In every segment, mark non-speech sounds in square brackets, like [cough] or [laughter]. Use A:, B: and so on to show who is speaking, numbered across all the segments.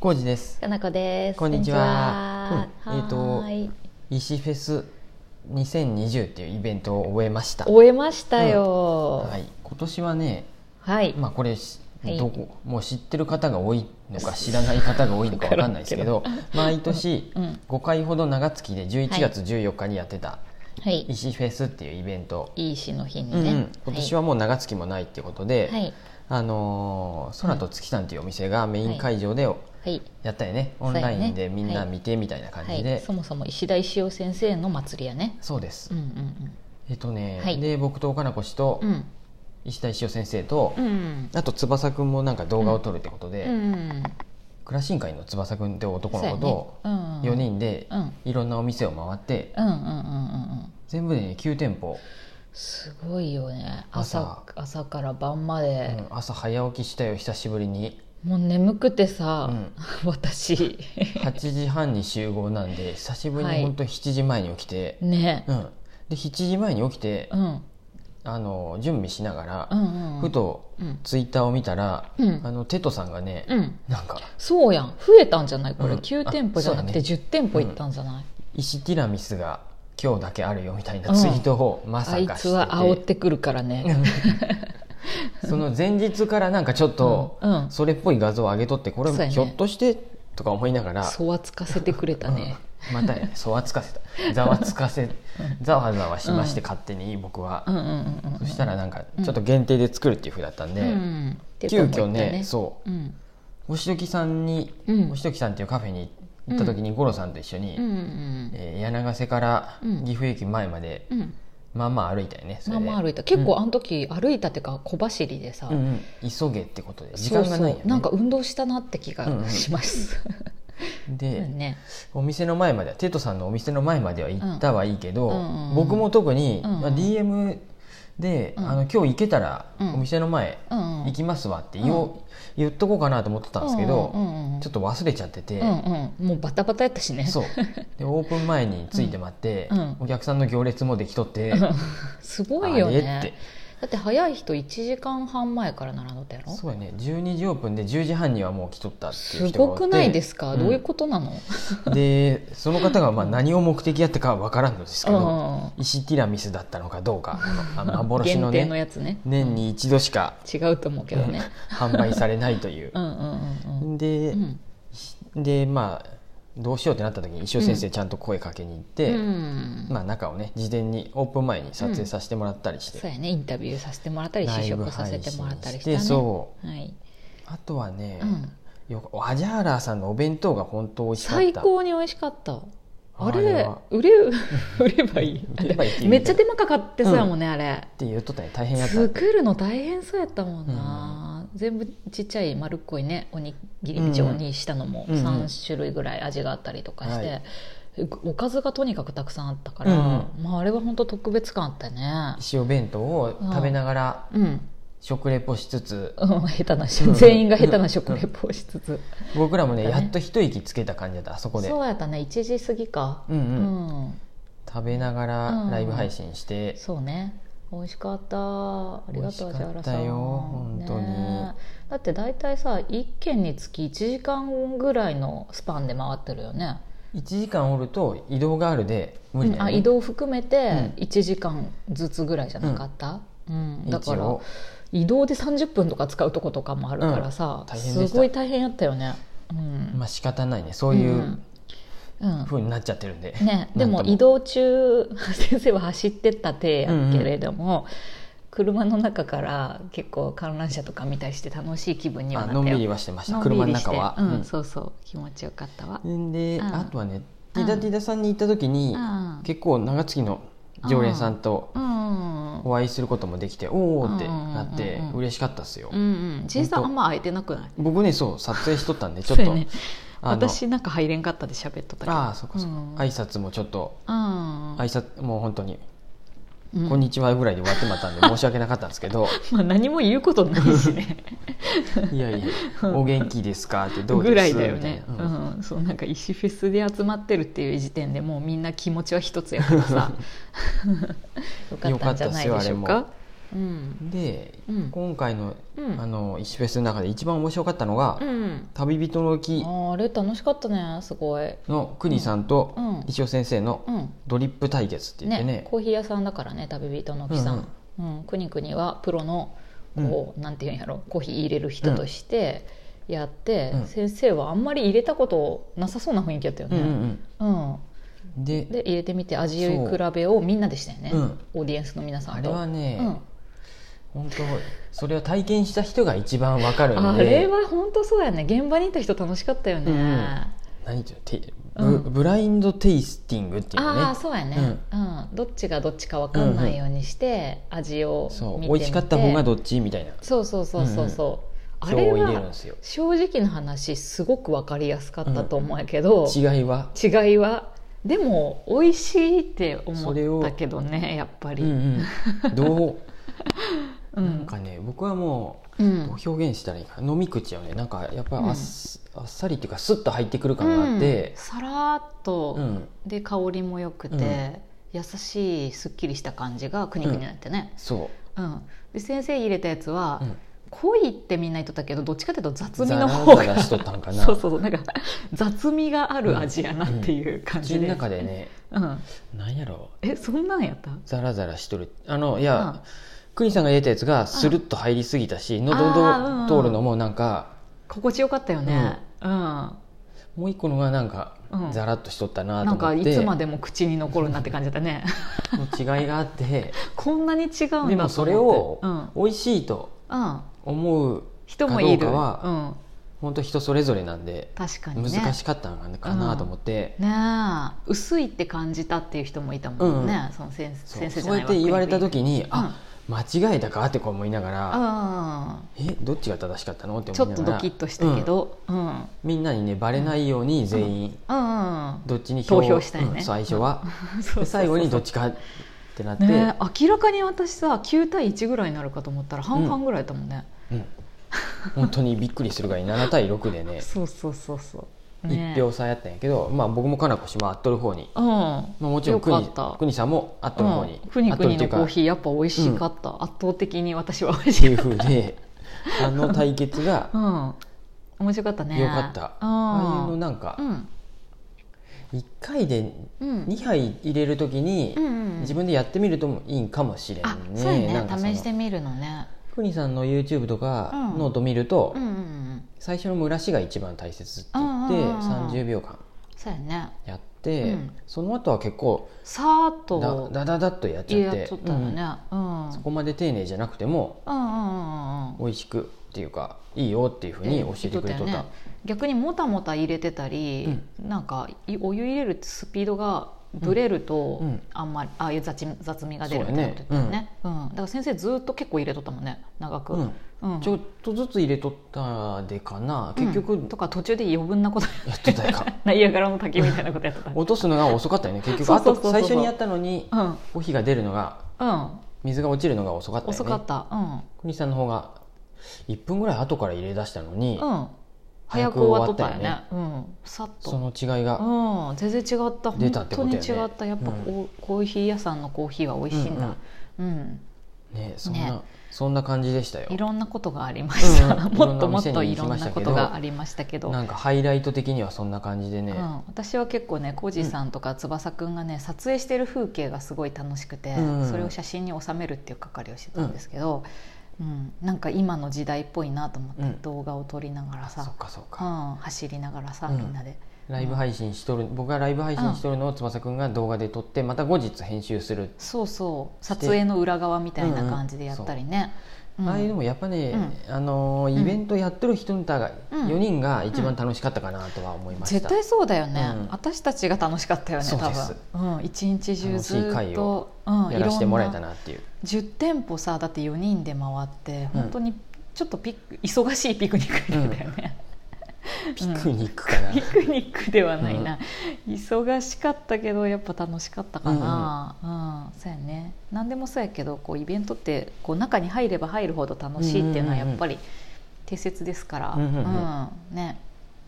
A: コウジです。
B: かなこです。
A: こんにちは。
B: こんにち
A: うん
B: は
A: えっ、
B: はーい
A: と、イシフェス2020っていうイベントを終えました。
B: 終えましたよ。
A: はい、今年はね、
B: はい。
A: まあこれし、
B: はい
A: どこもう知ってる方が多いのか知らない方が多いのかわかんないですけ
B: [laughs]
A: ど、毎年
B: うん
A: 5回ほど長月で11月14日にやってた
B: は
A: イ
B: い。
A: シフェスっていうイベント。
B: いい日の日に
A: うんう
B: ね。
A: ん今年はもう長月もないってことで、
B: はい。
A: あのー空と月さんっていうお店がメイン会場で、
B: はい。
A: やったよね
B: そ
A: オ
B: う
A: ン
B: やね
A: ラインでみんな
B: はい
A: 見てみたいな感
B: は
A: じ
B: い。
A: で、
B: はい。そもそも石田石尾先生の祭りやね。
A: そうです、
B: うんうん
A: えっとね、
B: はい
A: で僕と岡菜子氏と
B: うん。
A: 石田石尾先生と、
B: うん。うん。
A: あと翼くんもなんか動画を撮るってこと
B: う
A: で、
B: ん。
A: クラシン会の翼くんって男
B: そう
A: の
B: や
A: 子
B: ね
A: と
B: うん。
A: 4。人で
B: うん。うん
A: いろんなお店を回って
B: うんうんうんうん。
A: 全部で、ね、9店舗、
B: すごいよね。朝
A: 朝
B: 朝から晩ま
A: う
B: で。
A: ん朝早起きしたよ久しぶりに
B: もう眠くてさ、
A: う [laughs]
B: [laughs] 私
A: 8時半に集合なんで久しぶり
B: はい
A: に本当7時前に起きて、
B: ね、
A: うん、で7時前に起きて
B: うん、うん
A: あの準備しながら
B: う、んうん
A: ふと
B: うん
A: ツイッターを見たら、
B: うん
A: あのテトさんがね、
B: うん
A: なんか
B: そうやん増えたんじゃないこれ、
A: うん
B: 9店舗じゃなくて
A: あそ
B: 10店舗行ったんじゃない、
A: 石ティラミスが今日だけあるよみたいなツイートをまさ
B: あい
A: かして
B: つ
A: て、
B: は煽ってくるからね、
A: [laughs] その前日からなんかちょっと
B: うんうん
A: それっぽい画像を上げとってこれ
B: そうやね
A: ひょっとしてとか思いながら、
B: そわつかせてくれたね、
A: うんまたねそわつかせた
B: [laughs]
A: ざわつかせざわざわしまして勝手に僕
B: う
A: は、
B: ん、うんうんうんうん
A: そしたらなんかちょっと限定で作るっていうふうだったんで、
B: うんって
A: 急
B: とこ行
A: 遽
B: った、
A: ねそう
B: うん、
A: おしときさんに、
B: うん
A: おしときさんっていうカフェに行った時に、五郎さんと一緒に、
B: うんうん
A: えー柳ヶ瀬から
B: うん
A: 岐阜駅前まで、
B: うんうん
A: まあまあ歩いたよねそ
B: ま
A: れ
B: あ
A: で
B: まあ歩いた結構あの時歩いたっていうか小走りでさ、
A: うんうん急げってことで時間がないよ、ね、
B: そうそうなんか運動したなって気がします、
A: で、
B: うん [laughs] ね
A: お店の前まではテトさんのお店の前までは行ったはいいけど、
B: うんうんうん
A: 僕も特に、
B: うんうん
A: まあ DM で、
B: うん
A: あの「今日行けたら
B: うん
A: お店の前
B: うんうん
A: 行きますわ」って言おう、言っとこうかなと思ってたんですけど、
B: うんうんうん
A: ちょっと忘れちゃってて、
B: うんうん、もうバタバタやったしね
A: そうでオープン前について待って、
B: うん
A: お客さんの行列もできとって、
B: すごいよ
A: あれっ
B: ね
A: て
B: だって早い人1時間半前から並んどったやろ
A: そうやね12時オープンで10時半にはもう来とったっていう
B: す
A: 人がお
B: ご
A: って
B: くないですか、
A: ん
B: どういうことなの、
A: でその方がまあ何を目的やったかは分からんのですけど、
B: うん
A: 石ティラミスだったのかどうかあのあ幻の
B: 限
A: ね
B: 定のやつね
A: 年に一度しか
B: 違うと思うけどね
A: 販売されないという
B: う。んうんうんうん
A: で,、
B: うん
A: でまあどうしようってなった時に石尾先生ちゃんと声かけに行って、
B: うん
A: まあ、中をね事前にオープン前に撮影させてもらったりして、
B: そうやねインタビューさせてもらったり試食させてもらったりしたね
A: でそう
B: はい
A: あとはね、
B: うん
A: よくアジャーラーさんのお弁当が本当美味しかった
B: 最高に美味しかったあれ
A: あれは
B: 売れ売ればいい
A: [laughs] 売ればいいっていう
B: めっちゃ手間かかってそうやもんね、あれ
A: って言っとったね大変やったって
B: 作るの大変そうやったもんな、全部ちっちゃい丸っこいねおにぎり状にしたのも
A: うんうん
B: 3種類ぐらい味があったりとかして、
A: はい
B: おかずがとにかくたくさんあったから、
A: うん
B: まあ、あれは本当特別感あったね
A: 石尾弁当を食べながら
B: うん、
A: 食レポしつつ、
B: うん、 [laughs] 下手な
A: [laughs]
B: し、
A: うん
B: 全員が下手な食レポをしつつ、
A: 僕らもね
B: だね
A: やっと一息つけた感じだったあそこで
B: そうやったね1時過ぎか
A: うん
B: う
A: うん
B: ん、
A: 食べながらライブ配信して、
B: そうね美味しかったありがとう
A: 美味しかったよ
B: アジャーラさん
A: 本当に
B: ねえだって大体さ1軒につき1時間ぐらいのスパンで回ってるよね
A: 1時間おると移動があるで無理だよ、ね
B: あ移動含めて
A: う
B: 1時間ずつぐらいじゃなかった、うんだか
A: 一
B: ら
A: 応
B: 移動で30分とか使うとことかもあるからさ、
A: うん大変でし
B: す
A: た
B: ごい大変やったよねうん、
A: まあ仕方ないねそういううん
B: うん
A: 風になっちゃってるんで、
B: ね、で
A: な
B: も
A: んと
B: 移動中先生は走ってった手やけれども、車の中から結構観覧車とか見たりして楽しい気分には
A: あ
B: な
A: の
B: っ
A: ん
B: た
A: び
B: よ
A: りはしてました
B: の
A: 車の
B: んびりして
A: 中は、
B: うん
A: うん
B: そうそう気持ちよかったわ
A: で、
B: うん
A: あとはね
B: う
A: テ
B: ん
A: ィダティダさんに行った時に、
B: うん
A: 結構長月の常連さんと
B: うん
A: お会いすることもできて、おおってなって
B: うんうんうん
A: 嬉しかったっすよ、
B: うんうん、じいさ
A: 本
B: ん
A: 当
B: あんま空いてなくない
A: 僕ねそう撮影しとったんでちょっと、
B: そうやね
A: あの
B: 私なんか入れんかったで喋っとったけど
A: ああそうかそうか、
B: ん
A: 挨拶もちょっと
B: うん
A: 挨拶もう本当に
B: う
A: 「
B: ん
A: こんにちは」ぐらいで終わってま
B: [laughs]
A: ったんで申し訳なかったんですけど
B: まあ、何も言うことないしね
A: 「いやいやお元気ですか?」ってどうです
B: ぐらいだよね、
A: み
B: う
A: たいなうん
B: んそうなんか石フェスで集まってるっていう時点
A: [laughs]
B: でもうみんな気持ちは一つやからさよかったんじゃないでしょう
A: よか
B: か
A: っ
B: うん
A: で、
B: うん
A: 今回の
B: うん
A: あの石フェスの中で一番面白かったのが「
B: うん
A: 旅人の木
B: あーあれ楽しかったねすごい」
A: の国さんと
B: うん
A: 石尾先生の
B: うん
A: ドリップ対決って言って
B: ね
A: ね
B: コーヒー屋さんだからね旅人の木さん、うんくにくにはプロのこう、なんていうんやろコーヒー入れる人としてやって、
A: うん
B: 先生はあんまり入れたことなさそうな雰囲気だったよ
A: う
B: ね、
A: んう
B: うん
A: んうん、で
B: で入れてみて味比べをみんなでしたよね、
A: うん
B: オーディエンスの皆さ
A: あ
B: ん
A: れ
B: と
A: はね、
B: うん
A: 本当それを体験した人が一番わかるんで
B: あれは本当そうやね現場にいた人楽しかったよね、
A: うん何て言うのてブ,、
B: うん
A: ブラインドテイスティングっていう
B: あ
A: の
B: あ
A: ね
B: そうやね、うんどっちがどっちか分かんないようにして、味を見て
A: そう
B: みて
A: 美味しかった方がどっちみたいな
B: そうそうそうそうそう、あれ
A: 票を入れるん
B: は
A: ですよ
B: 正直な話すごく分かりやすかったと思うんやけど、
A: 違いは
B: 違いはでも美味しいって思
A: それ
B: っ
A: を
B: たけどねやっぱり、
A: うん
B: [laughs]
A: うんどう
B: う
A: なんかね僕はも
B: う
A: うど
B: ん
A: う表現したらいいかな飲み口はねなんかやっぱ
B: うん
A: あっ,、あっさりっていうかスッと入ってくる感があって
B: うん、さらっと、
A: うん
B: で香りも良くて、優しいすっきりした感じがくにくになってね、
A: そ
B: うんで先生入れたやつは、
A: う、うん、
B: 濃いってみんな言っとったけどどっちかっていうと雑味
A: ザ
B: の
A: ラ
B: 方
A: ザラ
B: が
A: しとったんかな
B: [laughs] そうそうそうなんか雑味がある味やなっていう感
A: 口
B: じ
A: の
B: で、うん
A: 中でねなんやろ
B: えそんなんやった
A: ザラザラしとるあのいうや
B: ん
A: クニさんが入れたやつがスルッと入りすぎたし
B: あーうんう
A: 喉
B: ん
A: 通るのもなんか
B: 心地よかったよねうん、
A: もう一個のがなんか
B: うん
A: ザラっとしとったなと
B: なんか
A: 思っ
B: い
A: て
B: つまでも口に残るなって感じだっ
A: [laughs]
B: たね
A: の違いがあって
B: こんなに違うんだと思って
A: でもそれを
B: うん、
A: 美味しいと
B: うん、
A: 思う
B: 人もいる
A: かどうかは
B: うん、
A: 本当人それぞれなんで
B: 確かにね
A: 難しかったのかなと思って
B: ねえ薄いって感じたっていう人もいたもんね、その先
A: そう
B: 先生じ
A: そ
B: ゃ
A: う
B: ない
A: やって言われた
B: 枠
A: 時にあ
B: う
A: 間違えたかってこう思いながら
B: ん
A: えどっちが正しかったのって
B: ちょ
A: 思い
B: っ
A: な
B: と
A: がら
B: ドキッとしたけ
A: うん
B: ど、うんうん
A: みんなにねバレないように全員
B: うん
A: どっちに
B: 投票したよ
A: う
B: ね
A: んそう最初は、
B: そうそうそう
A: で最後にどっちかってなって、
B: ねえ明らかに私さ9対1ぐらいになるかと思ったら半々ぐらいだもんね、
A: うん、本当にびっくりするぐらい7対6でね
B: そうそうそうそう、
A: 一
B: ねえ
A: 1票差やったんやけど、まあ、僕もかなこ氏も圧倒る方に、
B: うん
A: まあ、もちろん
B: よかった
A: 国さんも圧倒る方に、
B: うん、くにくにのコーヒ
A: ーっ
B: ーやっぱ美味しかった、圧倒的に私は美味
A: て
B: し
A: い
B: いう
A: 風で [laughs] あの対決が
B: うん面白かった [laughs] ね
A: 良かった、
B: うん、
A: ああいうのなんか
B: うん
A: 1回で
B: うん
A: 2杯入れる時に
B: うんうん
A: 自分でやってみるともいいんかもしれん
B: あ
A: ね。
B: そう
A: な
B: や
A: んかそ
B: ね
A: の
B: 試してみるのね
A: 国さんの YouTube とか
B: うん
A: ノート見ると、
B: うんうんうん
A: 最初の蒸らしが一番大切って
B: うん
A: 言
B: う
A: っ
B: ん
A: て
B: うんうん
A: 30秒間
B: そうやね
A: やって、
B: うん
A: その後は結構
B: さーっ
A: だ
B: と
A: だだだっとやっちゃ
B: や
A: っ
B: ってとったよねうん、うん、
A: うんそこまで丁寧じゃなくても
B: うんうんうんうん
A: 美味しくっていうかいいよっていうふうに教えてくれとった、
B: よね逆にもたもた入れてたり、なんかいお湯入れるスピードがブレると、
A: うんうん
B: あんまりああいう雑雑味が出るみたいなこと言ったよねうんだから先生ずっと結構入れとったもんね長く、
A: うん
B: うん
A: ちょっとずつ入れとったでかな
B: うん
A: 結局、
B: とか途中で余分なこと
A: やってたや
B: [laughs]
A: か
B: ナイアガラの滝みたいなことやってた
A: 落とすのが遅かったよね結局
B: そう
A: あ
B: そうそ
A: と
B: うそう
A: 最初にやったのに
B: うん
A: コーヒーが出るのが
B: うん
A: 水が落ちるのが遅かったよね
B: 遅かった、
A: 国さんの方が1分ぐらい後から入れ出したのに、
B: うんうん早
A: 早
B: く
A: く
B: 終
A: 終
B: わ
A: わ
B: っと
A: っ
B: った
A: たよ
B: よね
A: ね
B: うんさっと
A: その違いが、
B: うん、全然違った
A: 出たってことやね
B: 本当に違ったやっぱこう、コーヒー屋さんのコーヒーは美味しいんだ、うん
A: ねそんな、
B: ね
A: そんな感じでしたよ
B: いろんなことがありました、
A: うんうん
B: [laughs] もっともっ
A: い
B: と
A: ろんなお店
B: い
A: に行
B: ろ
A: き
B: ん
A: ま
B: な
A: した
B: こ
A: けど
B: とがありましたけど
A: なんかハイライト的にはそんな感じでね、
B: うん、私は結構ねコージーさんとか翼くんがね撮影してる風景がすごい楽しくて、
A: うんうん
B: それを写真に収めるっていう係をしてたんですけど、うんなんか今の時代っぽいなと思って、
A: うん
B: 動画を撮りながら
A: そ
B: さ
A: っ、かそっ
B: う
A: か、
B: ん、走りながらさ、
A: うん
B: みんなで
A: ライブ配信しとる僕がライブ配信しとるのを翼くんが動画で撮ってまた後日編集する、
B: そうそう撮影の裏側みたいな感じでやったりね。うん
A: ああいうのもやっぱね、
B: う
A: あのーイベントやってる人たが、
B: うん
A: 4人が一番楽しかったかなとは思いまし
B: 絶
A: た、
B: 対そうだよね、
A: うん
B: 私たちが楽しかったよね
A: そう
B: 多
A: です
B: 分、うん、一日中ずっと
A: 楽しい会を
B: うん
A: やらせてもらえた
B: いろんな
A: なっていう
B: 10店舗さだって4人で回って
A: うん
B: 本当にちょっとピック忙しいピクニックだったよね、
A: ピクニックかな、
B: ピクニックではないな、忙しかったけどやっぱ楽しかったかな、うんそうやね何でもそうやけどこうイベントってこう中に入れば入るほど楽しいっていうのはやっぱり定説ですから、
A: うんうんうん
B: うんね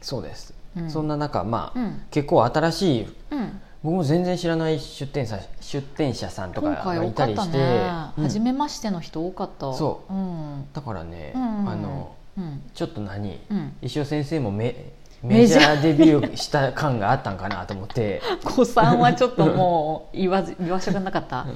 A: そうです、
B: うん
A: そんな中まあ、
B: うん
A: 結構新しい
B: うん
A: 僕も全然知らない出店者出店者さんとか
B: 今回
A: が
B: 多
A: い
B: か
A: た
B: っ
A: り
B: た
A: して、
B: ね、
A: うん
B: 初めましての人多かった、
A: そう
B: ん、
A: だからね、
B: うん
A: あの
B: うん
A: ちょっと何、
B: うん、 [laughs]
A: 石尾先生もメメ
B: メ
A: ジ
B: ジャー
A: ャーデビューした感があったんかなと思って
B: 子さんはちょっともう言わず居場所がな
A: [laughs]
B: かった、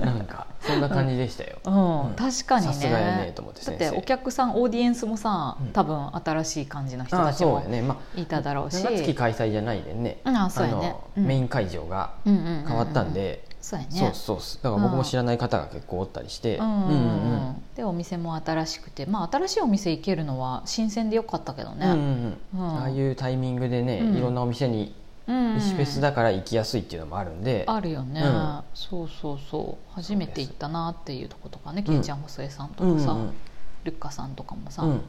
A: なんかそんな感じでしたよ。
B: うん
A: うん
B: 確かにね
A: さすがやねと思って
B: だっ
A: 先生
B: てお客さんオーディエンスもさ、
A: うん
B: 多分新しい感じの人
A: ああ
B: たち
A: そうや
B: も
A: ね、まあ、
B: いただろうし
A: 長月開催じゃないでね
B: うんあそうやね
A: の
B: うん
A: メイン会場が
B: うんうんうんうん
A: 変わったんで、
B: そうやね
A: そうそうそうだから僕も知らない方が結構おったりして、
B: う
A: う
B: んうんん
A: う
B: うんんでお店も新しくてまあ新しいお店行けるのは新鮮でよかったけど
A: うんうん
B: ね、
A: うん
B: うん
A: ああいうタイミングでね、
B: うん
A: いろんなお店に
B: うん
A: 石フェスだから行きやすいっていうのもあるんで、
B: あるよね、
A: うん
B: そうそうそう初めて行ったなっていうとことかねけいちゃん細江さんと
A: うん
B: か
A: うん
B: さ、
A: うん
B: ルッカさんとかもさ、
A: う
B: うんん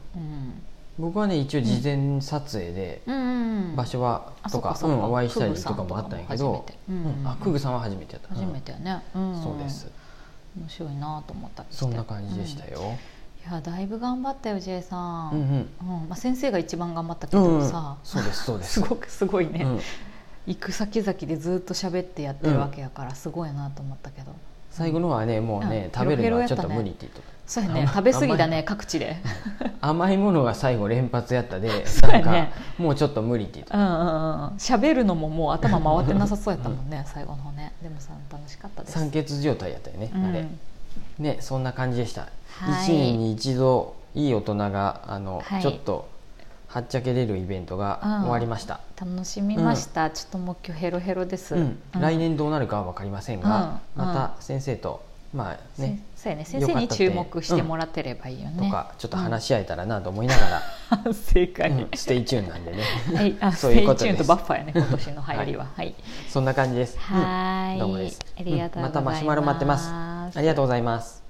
A: 僕はね一応事前撮影で
B: うんうん
A: 場所は
B: あ
A: と
B: そっ
A: か,、
B: そ
A: うん
B: っ
A: お会いしたりとかもあったんやけど
B: クグさんとかも初めてうんうん
A: あクグさんは初めてやった
B: 初めてやね、う
A: うん
B: ん、
A: そうです
B: 面白いなと思ったりして
A: そんな感じでした、よ、
B: うんいやだいぶ頑張ったよ J さん、
A: うんうん
B: うんまあ、先生が一番頑張ったけ
A: う
B: ど
A: んうん
B: さ、
A: そうですそうです
B: [laughs] すごくすごいね、
A: うん
B: 行く先々でずっと喋ってやってるわけやからすごいなと思ったけど、
A: 最後の方はねもうね、
B: うん
A: 食べるのはちょっ
B: ヘロヘロやった
A: と
B: ね
A: 無理って言って
B: そうや
A: あん
B: ね
A: ま
B: 食べ過ぎだね各地で
A: た甘いものが最後連発やったで、
B: [laughs] う
A: な
B: や
A: ん
B: ね
A: かもうちょっと無理って言って
B: う
A: た
B: んうんうんうん喋るのももう頭回ってなさそうやったもんね最後の方ねでもさ楽しかったです
A: 酸欠状態やったよね、
B: うん
A: あれねそんな感じでした、
B: はい
A: 一年に一度いい大人があの、
B: はい
A: ちょっとはっちゃけれるイベントが
B: うん
A: 終わりました、
B: 楽しみました、ちょっともう今日ヘロヘロです、
A: うん
B: うん
A: 来年どうなるかは分かりませんが、
B: うん
A: また先生とまあね
B: せそうやね先生に注目してもらってればいいよね、
A: とかちょっと話し合えたらなと思いなが
B: [laughs] 正解、
A: ら、うんステイチューンなんでね
B: はい、あ
A: [laughs] そ
B: そうう
A: い
B: いうう
A: こ
B: ことと
A: で
B: ですす。バッファーやね、今年の流行りは。はい。
A: そんな感じですうん
B: はーい、
A: どうもです
B: ありが
A: う
B: とうございます。
A: んまたマシュマロ待ってますありがとうございます